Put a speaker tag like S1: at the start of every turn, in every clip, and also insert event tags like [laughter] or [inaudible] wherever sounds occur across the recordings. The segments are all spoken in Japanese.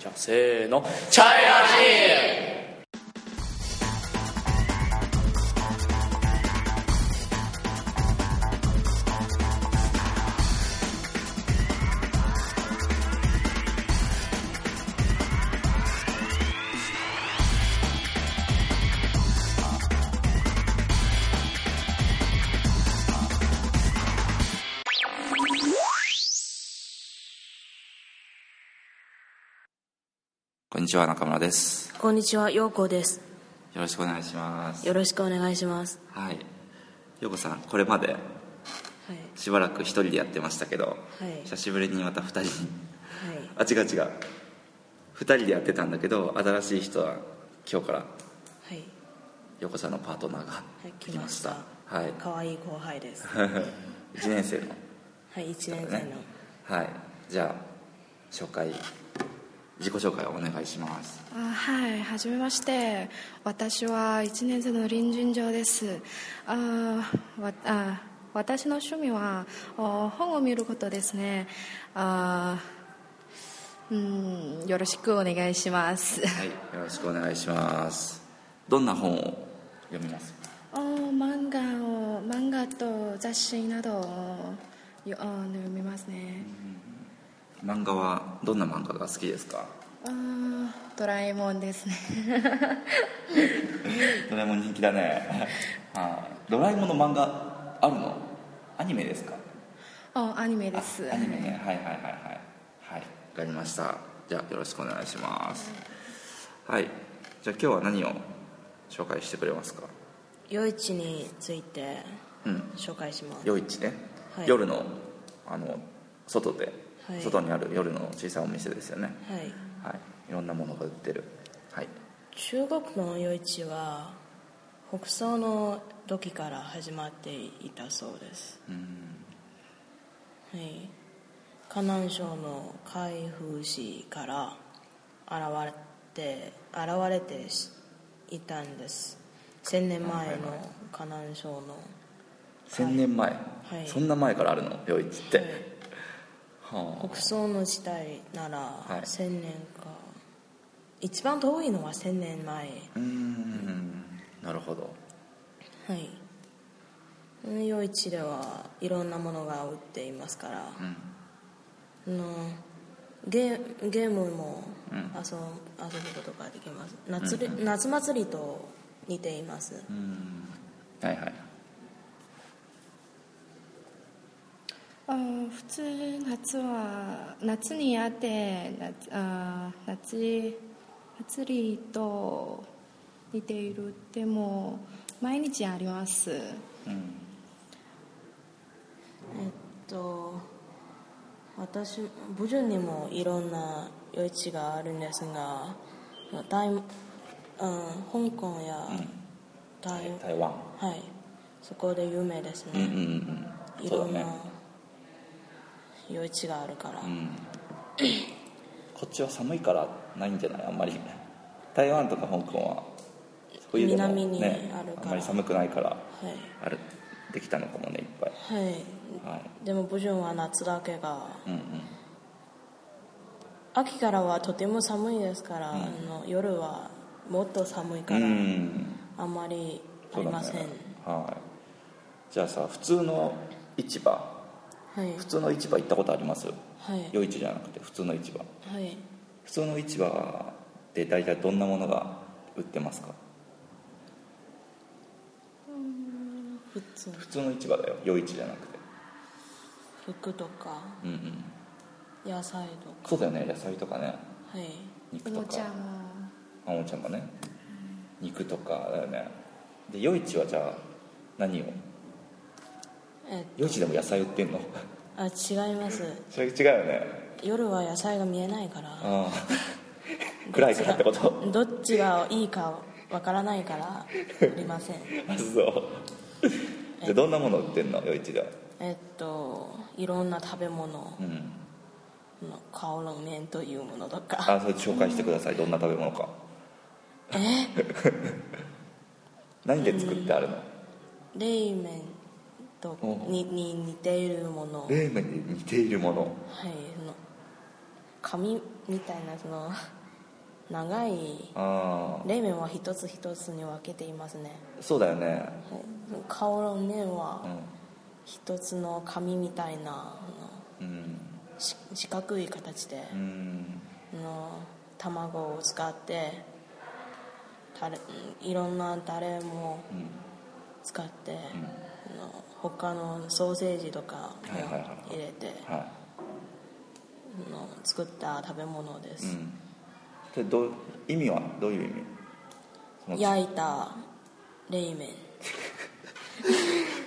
S1: じゃあせーのチャイラ
S2: こんにちは中村です
S3: こんにちは、ようこです。
S2: よろしくお願いします
S3: よろしくお願いします。
S2: はい陽子さんこれまで
S3: はい。
S2: しばらく一人でやってましたけど、
S3: はい
S2: 久しぶりにまた二人
S3: はい。
S2: あ違う違う二人でやってたんだけど新しい人は今日から
S3: はい。
S2: 陽子さんのパートナーが
S3: はい、
S2: で
S3: 来
S2: きま
S3: ま
S2: し
S3: したた。
S2: はい
S3: 可愛い後輩です。
S2: 1年生の
S3: はい、一年生
S2: ね
S3: の。
S2: はいじゃあ紹介自己紹介をお願いします
S4: あはい、はじめまして。私は1年生の林順上です。あわあ私の趣味はお本を見ることですね。あうん、よろしくお願いします。
S2: はいよろしくお願いしますどんな本を読みます
S4: お漫画を漫画と雑誌などをよあ読みますね。
S2: 漫画はどんな漫画が好きですか
S4: あドラえもんですね。
S2: ドラえもん人気だ
S3: [laughs]
S2: ねはいドラえもんの漫画あるのアニメですか
S4: おアニメです。
S2: アニメねはいはいはいはいはいわかりましたじゃあよろしくお願いしますはいじゃあ今日は何を紹介してくれますか
S3: よいちについて
S2: うん
S3: 紹介します。
S2: 夜市ね、
S3: はい
S2: 夜のあの外で、
S3: はい
S2: 外にある夜の小さいお店ですよね
S3: はい。
S2: はいいろんなものが売ってるはい
S3: 中国のよいちは北宋の時から始まっていたそうです。はい。河南省の開封市から現れて現れていたんです。千年前の河南省の
S2: 1000年前、
S3: はい
S2: そんな前からあるの夜市って、
S3: はい
S2: は
S3: 北宋の時代な
S2: は
S3: ら
S2: い
S3: 千年か、一番遠いのは千年前
S2: あうんなるほど
S3: はいうん夜市ではいろんなものが売っていますから、あのゲーゲームも遊,、遊ぶことができます夏,、り夏祭りと似ています、
S2: はいはい
S4: あー普通夏は夏にあって夏あー夏祭りと似ているでも毎日あります
S3: えっと私武順にもいろんな夜市があるんですが大、うん、香港や台、
S2: 台湾
S3: はいそこで有名です
S2: うんうん
S3: ね、
S2: うん
S3: い
S2: そ
S3: ろ
S2: うんだ
S3: な
S2: ね
S3: 夜市があるから、
S2: うんこっちは寒いからないんじゃないあんま
S3: [laughs]
S2: り台湾とか香港は冬でも、ね、
S3: 南にあるから
S2: んまり寒くないから
S3: はい
S2: あるできたのかもねいっぱい
S3: はい
S2: はい
S3: でも武順は夏だけが
S2: うんうん
S3: 秋からはとても寒いですから、あの夜はもっと寒いから、
S2: うん
S3: あんまりあ
S2: そ
S3: り
S2: うだね
S3: ません、
S2: はいじゃあさ普通の市場
S3: はい
S2: 普通の市場行ったことあります
S3: はい
S2: 夜市じゃなくて普通の市場
S3: はい
S2: 普通の市場って大体どんなものが売ってますか
S3: 普通
S2: 普通の市場だよ夜市じゃなくて
S3: 服とか
S2: うんうん
S3: 野菜とか
S2: そうだよね野菜とかね
S3: はい
S2: 肉
S4: お
S2: と
S4: もちゃも
S2: かあおもちゃもね肉とかだよねで夜市はじゃあ何を
S3: えっ
S2: 夜市でも野菜売ってんの
S3: あ違います
S2: それ違うよね
S3: 夜は野菜が見えないから
S2: ああ [laughs] 暗いからってこと
S3: どっちがいいかわからないから売りません
S2: あそう [laughs] でどんなもの売ってんの夜市では
S3: えっといろんな食べ物
S2: うん
S3: の顔の麺というものとか
S2: あそれ紹介してくださいどんな食べ物かえ何で作ってあるの
S3: 冷麺とにに似ているものはい
S2: 冷麺に似ているもの
S3: その紙みたいなその長い
S2: ああ
S3: 冷麺は一つ一つに分けていますね
S2: そうだよね
S3: はい顔の面は
S2: う
S3: 一つの紙みたいなあの
S2: んうん
S3: し四角い形で
S2: うん
S3: あの卵を使ってタレうんいろんなタレも
S2: うん
S3: 使って、あの他のソーセージとかも
S2: はいはいはいはい
S3: 入れて
S2: は
S3: あの作った食べ物で
S2: い、う
S3: す、
S2: ん、でどう意味はどういう意味その
S3: 焼いた冷麺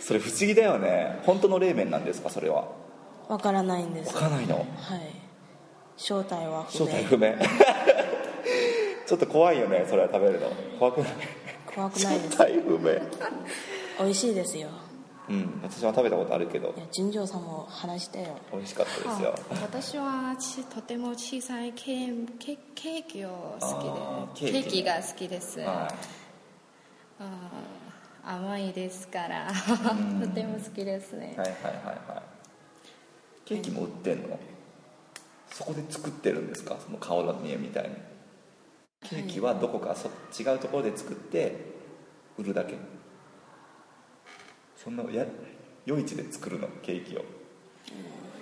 S2: それ不思議だよね本当の冷麺なんですかそれは
S3: わからないんです
S2: 分からないの
S3: はい正体は不
S2: 正
S3: 明
S2: 体不明ちょっと怖いよねそれは食べるの怖くない
S3: 怖くない
S2: 正
S3: です
S2: 体不明
S3: 美味しいですよ
S2: うん私は食べたことあるけど
S3: いや純情さんも話してよ
S2: 美味しかったですよ
S4: あ私はちとても小さいケーケケーキを
S2: あ
S4: 好
S2: ー
S4: き
S2: ケー
S4: で
S2: キね
S4: ケーキが好きです、
S2: は
S4: あー甘いですから
S2: うん
S4: [laughs] とても好きです
S2: い
S4: ね、
S2: はいはいはいはいケーキも売ってんのそこで作ってるんですかその顔の見えみたいにケーキはどこかそ違うところで作って売るだけそんなや夜市で作るのケーキを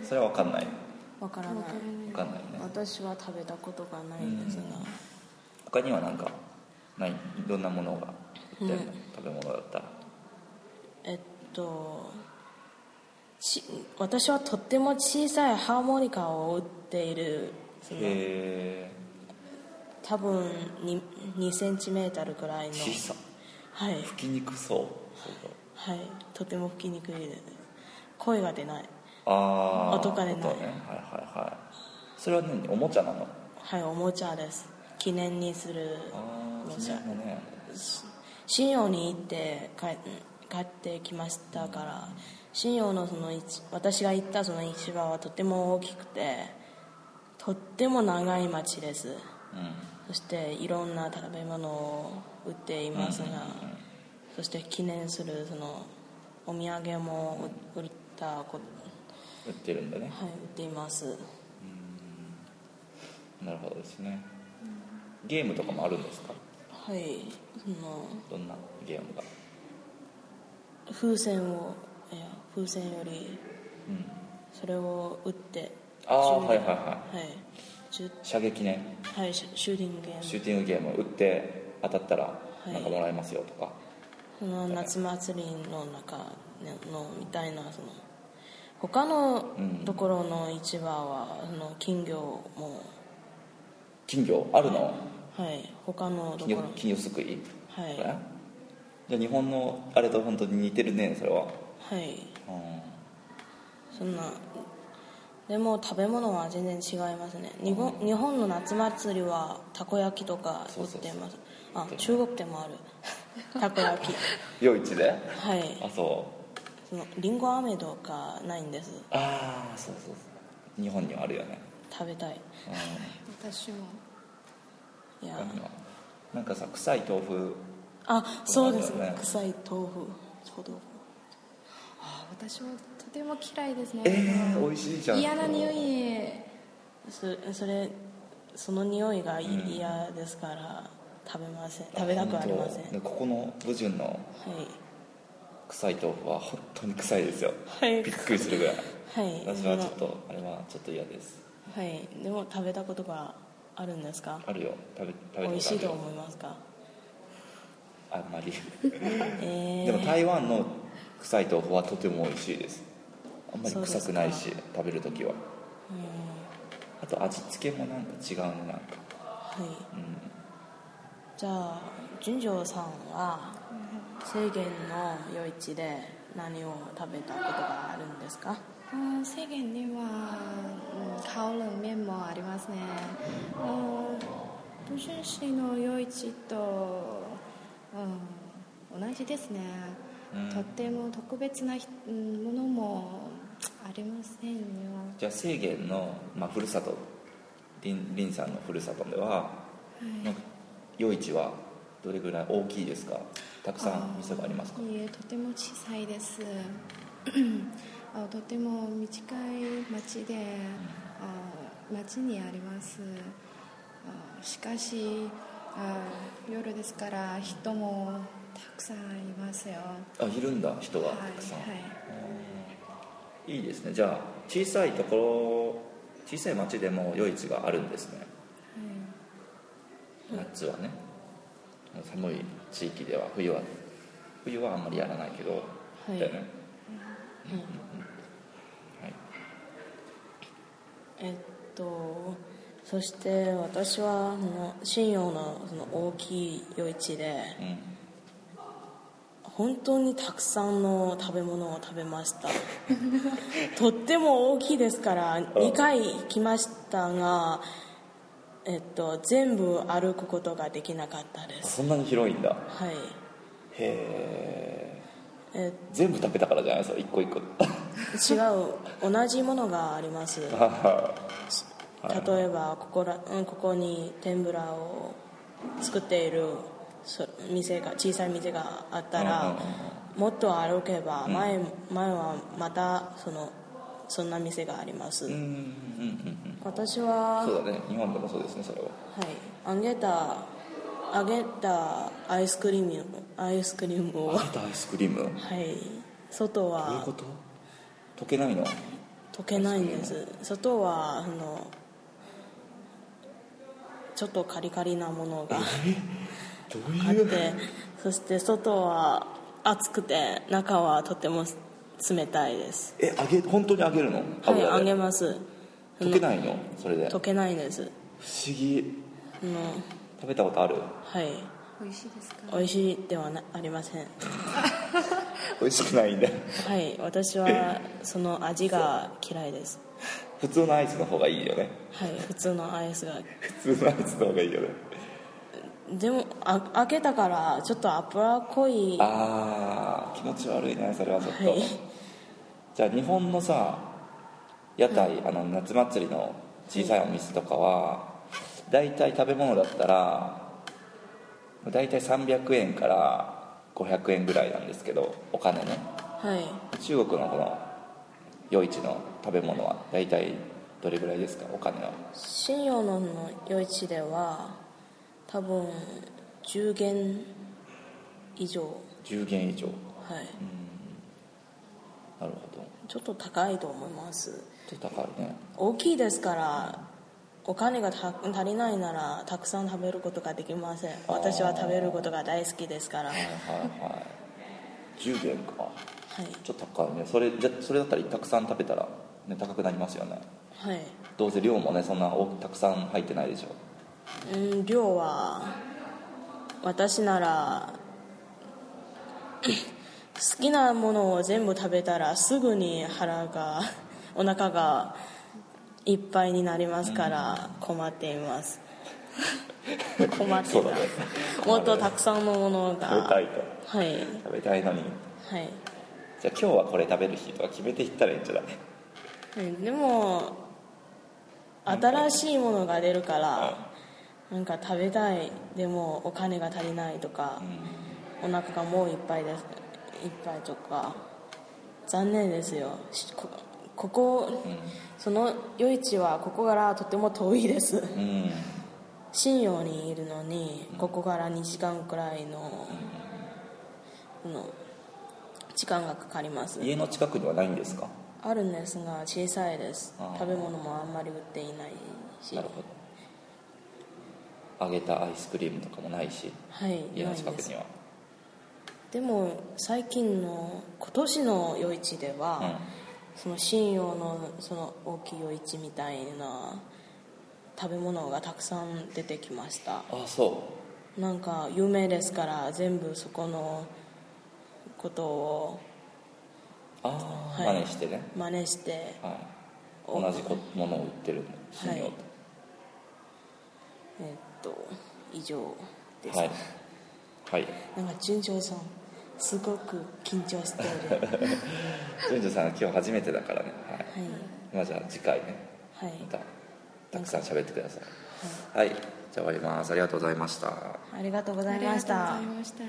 S2: それは分かんない
S3: わからない
S2: 分かんないね
S3: 私は食べたことがないんですが、
S2: 他には何かないいろんなものが売ってるの、
S3: う
S2: 食べ物だったら
S3: えっとち私はとっても小さいハーモニカを打っているその
S2: へえ
S3: 多分に2センチメートルくらいの
S2: 小さ
S3: はい、
S2: 吹きにくそうそうそう
S3: はい、とても吹きにくいです声が出ない
S2: ああ
S3: 音が出ない
S2: ね、はいはいはいそれは何おもちゃなの
S3: はいおもちゃです記念にする
S2: ああ
S3: おも
S2: そう
S3: ちゃ
S2: だね
S3: 信用に行って帰帰ってきましたから信用のその市私が行ったその市場はとても大きくてとっても長い町です
S2: うん
S3: そしていろんな食べ物を売っていますが、そして記念するそのお土産も売売ったこ、
S2: 売ってるんだね
S3: はい、売っています
S2: なるほどですねゲームとかもあるんですか
S3: はいその
S2: どんなゲームが
S3: 風船をいや風船より
S2: うん
S3: それを打って
S2: ああ
S3: 銃
S2: は
S3: で
S2: いはいは
S3: はい銃
S2: い射撃ね
S3: はい、シュシューティングゲ
S2: シ
S3: ー
S2: ューティングゲーム打って当たったら
S3: い
S2: なんかもらえますよとか、
S3: ムその夏祭りの中のみたいなその他の
S2: うん
S3: ところの市場はその金魚も
S2: 金魚あるの
S3: はい他のと
S2: 金
S3: こ
S2: 魚
S3: ろ
S2: 金魚すくい
S3: はい
S2: これじゃあ日本のあれと本当に似てるねそれは
S3: はい
S2: うん
S3: そんなでも食べ物は全然違いますね日本日本の夏祭りはたこ焼きとか売っていますあ中国でもある [laughs] たこ焼き
S2: 夜市で
S3: はい
S2: あそう
S3: そのりんご飴とかないんです
S2: ああそうそうそう日本にはあるよね
S3: 食べたい
S2: うん
S4: 私も
S3: いや
S2: 他にはなんかさ臭い豆腐
S3: あそうです
S2: ね
S3: 臭い豆腐ほど
S4: あ私はとても嫌いですね、
S2: ええー、美味しいじゃん
S4: 嫌な匂
S2: い
S4: い
S3: そそれその匂いがい嫌ですから、食べません食べたくありませんは
S2: でここの武順の臭い豆腐は本当に臭いですよ
S3: いはい
S2: びっくりする
S3: [laughs]
S2: ぐらい
S3: はい
S2: 私はちょっとあれはちょっと嫌です
S3: はいでも食べたことがあるんですか
S2: あるよ食べ食べたことある
S3: 美
S2: よ
S3: 味しいと思いますか
S2: あんまり
S3: え
S2: でも台湾の臭い豆腐はとても美味しいですあんまり
S3: そうです
S2: 臭
S3: か
S2: くないし食べるときはあと味付けもなんか違うねなんか
S3: はい
S2: うん
S3: じゃあ純情さんは制限の夜市で何を食べたことがあるんですか
S4: あ制限には、うん、顔の面もありますね。あ文春市の夜市と、うん、同じですね、
S2: うん
S4: とっても特別なひ、うんものもありませんよ。
S2: じゃあ清源の、まあ、ふるさと林林さんのふるさとでは、なんか夜市はどれぐらい大きいですかたくさん店がありますか
S4: いいえ、とても小さい
S2: [laughs]
S4: です。あとても短い町で、あ町にありますあしかしあ夜ですから人もたくさんいますよ
S2: あいるんだ人が
S4: はい
S2: たくさん、
S4: はい
S2: い、いですねじゃあ小さいところ小さい町でも夜市があるんですね夏はね寒い地域では冬は冬はあんまりやらないけど、
S3: はい
S2: だよね、
S3: はい
S2: はい、
S3: えっとそして私はその信用のその大きい夜市で
S2: うん
S3: 本当にたくさんの食べ物を食べました [laughs] とっても大きいですから2回来ましたが、えっと、全部歩くことができなかったで
S2: あ
S3: す
S2: そんなに広いんだ
S3: はい
S2: へえ
S3: え
S2: 全部食べたからじゃないですか一個一 [laughs] 個
S3: 違う同じものがあ
S2: [laughs]
S3: ります
S2: はは
S3: 例えばここら、うん、ここに天ぷらを作っているそ店が小さい店があった
S2: うん
S3: ら
S2: うん
S3: もっと歩けば前,、前はまたそのそんな店があります、
S2: うんうんうん
S3: 私
S2: うん
S3: は、
S2: そ
S3: は、
S2: うだね日本でもそうですねそれはい
S3: 揚げた揚げたアイスクリームアイスクリームを、は
S2: あたアイスクリームど
S3: い、
S2: う
S3: 外
S2: いう
S3: は
S2: こと溶けないの
S3: 溶けないんです外はあのちょっとカリカリなものが。
S2: ど
S3: あ
S2: う
S3: ってそして外は暑くて中はとても冷たいです
S2: え揚げ本当に揚げるの
S3: はい揚げ
S2: で
S3: ます
S2: 溶け
S3: い
S2: ないのそれで不
S3: 溶
S2: 思
S3: けないんです
S2: 議
S3: あの
S2: 食べたことある
S3: はい
S4: 美味しいですか
S3: 美味しいではなありません
S2: 美味しくないんだ
S3: はい私はその味が嫌いです
S2: 普通のアイスの方がいいよね
S3: はい普通のアイスが
S2: 普通のアイスの方がいいよね
S3: でもあ開けたからちょっと油っこいは
S2: ああ気持ち悪いねそれはちょっと、
S3: い
S2: じゃあ日本のさ屋台、あの夏祭りの小さいお店とかは大体食べ物だったら大体300円から500円ぐらいなんですけどお金ね
S3: はい
S2: 中国のこの夜市の食べ物は大体どれぐらいですかお金は
S3: 信用のの夜市では多分10元以上
S2: 10元以上
S3: はい
S2: なるほど
S3: ちょっと高いと思います
S2: ちょっと高いね
S3: 大きいですからお金がた足りないならたくさん食べることができません私は食べることが大好きですからは
S2: はい
S3: い
S2: はいはい10元かちょっと高いねそれじゃそれだったらたくさん食べたら、ね、高くなりますよね
S3: はい
S2: どうせ量もねそんな多くたくさん入ってないでしょ
S3: うん量は私なら [coughs] 好きなものを全部食べたらすぐに腹が [laughs] お腹がいっぱいになりますから困っています
S2: [laughs]
S3: [laughs] 困って
S2: そ
S3: いうた
S2: だね
S3: もっとたくさんのものが
S2: 食べたいと
S3: はい
S2: 食べたいのに
S3: はい、
S2: じゃあ今日はこれ食べる日とか決めていったらいいんじゃない
S3: はい、でも新しいものが出るからなんか食べたいでもお金が足りないとか、お腹がもういっぱいですいっぱいとか残念ですよしこここ、その夜市はここからとても遠いです
S2: うん
S3: 信用にいるのにここから2時間くらいの,、の時間がかかります
S2: 家の近くにはないんですか
S3: あるんですが小さいです
S2: あー
S3: 食べ物もあんまり売っていないし
S2: なるほど揚げたアイスクリームとかもないし
S3: はい
S2: 家
S3: な
S2: の
S3: い
S2: 近く
S3: です
S2: には
S3: でも最近の今年の夜市では、その信用のその大きい夜市みたいな食べ物がたくさん出てきました
S2: ああそ
S3: なんか有名ですから全部そこのことを
S2: うああ、
S3: はい
S2: 真似してね、
S3: 真似して
S2: はい、
S3: お
S2: 同じこものを売ってる信用
S3: えっと以上です、
S2: はい、はい、
S3: なんか純情さんすごく緊張して [laughs] いる
S2: 純次さんは今日初めてだからね、はい
S3: はい
S2: まあ、じゃあ次回ね
S3: はい
S2: またたくさん喋ってくださいはい、じゃあ終わりますありがとうございました
S3: ありがとうございまし
S4: あ
S3: た
S4: りがとうございました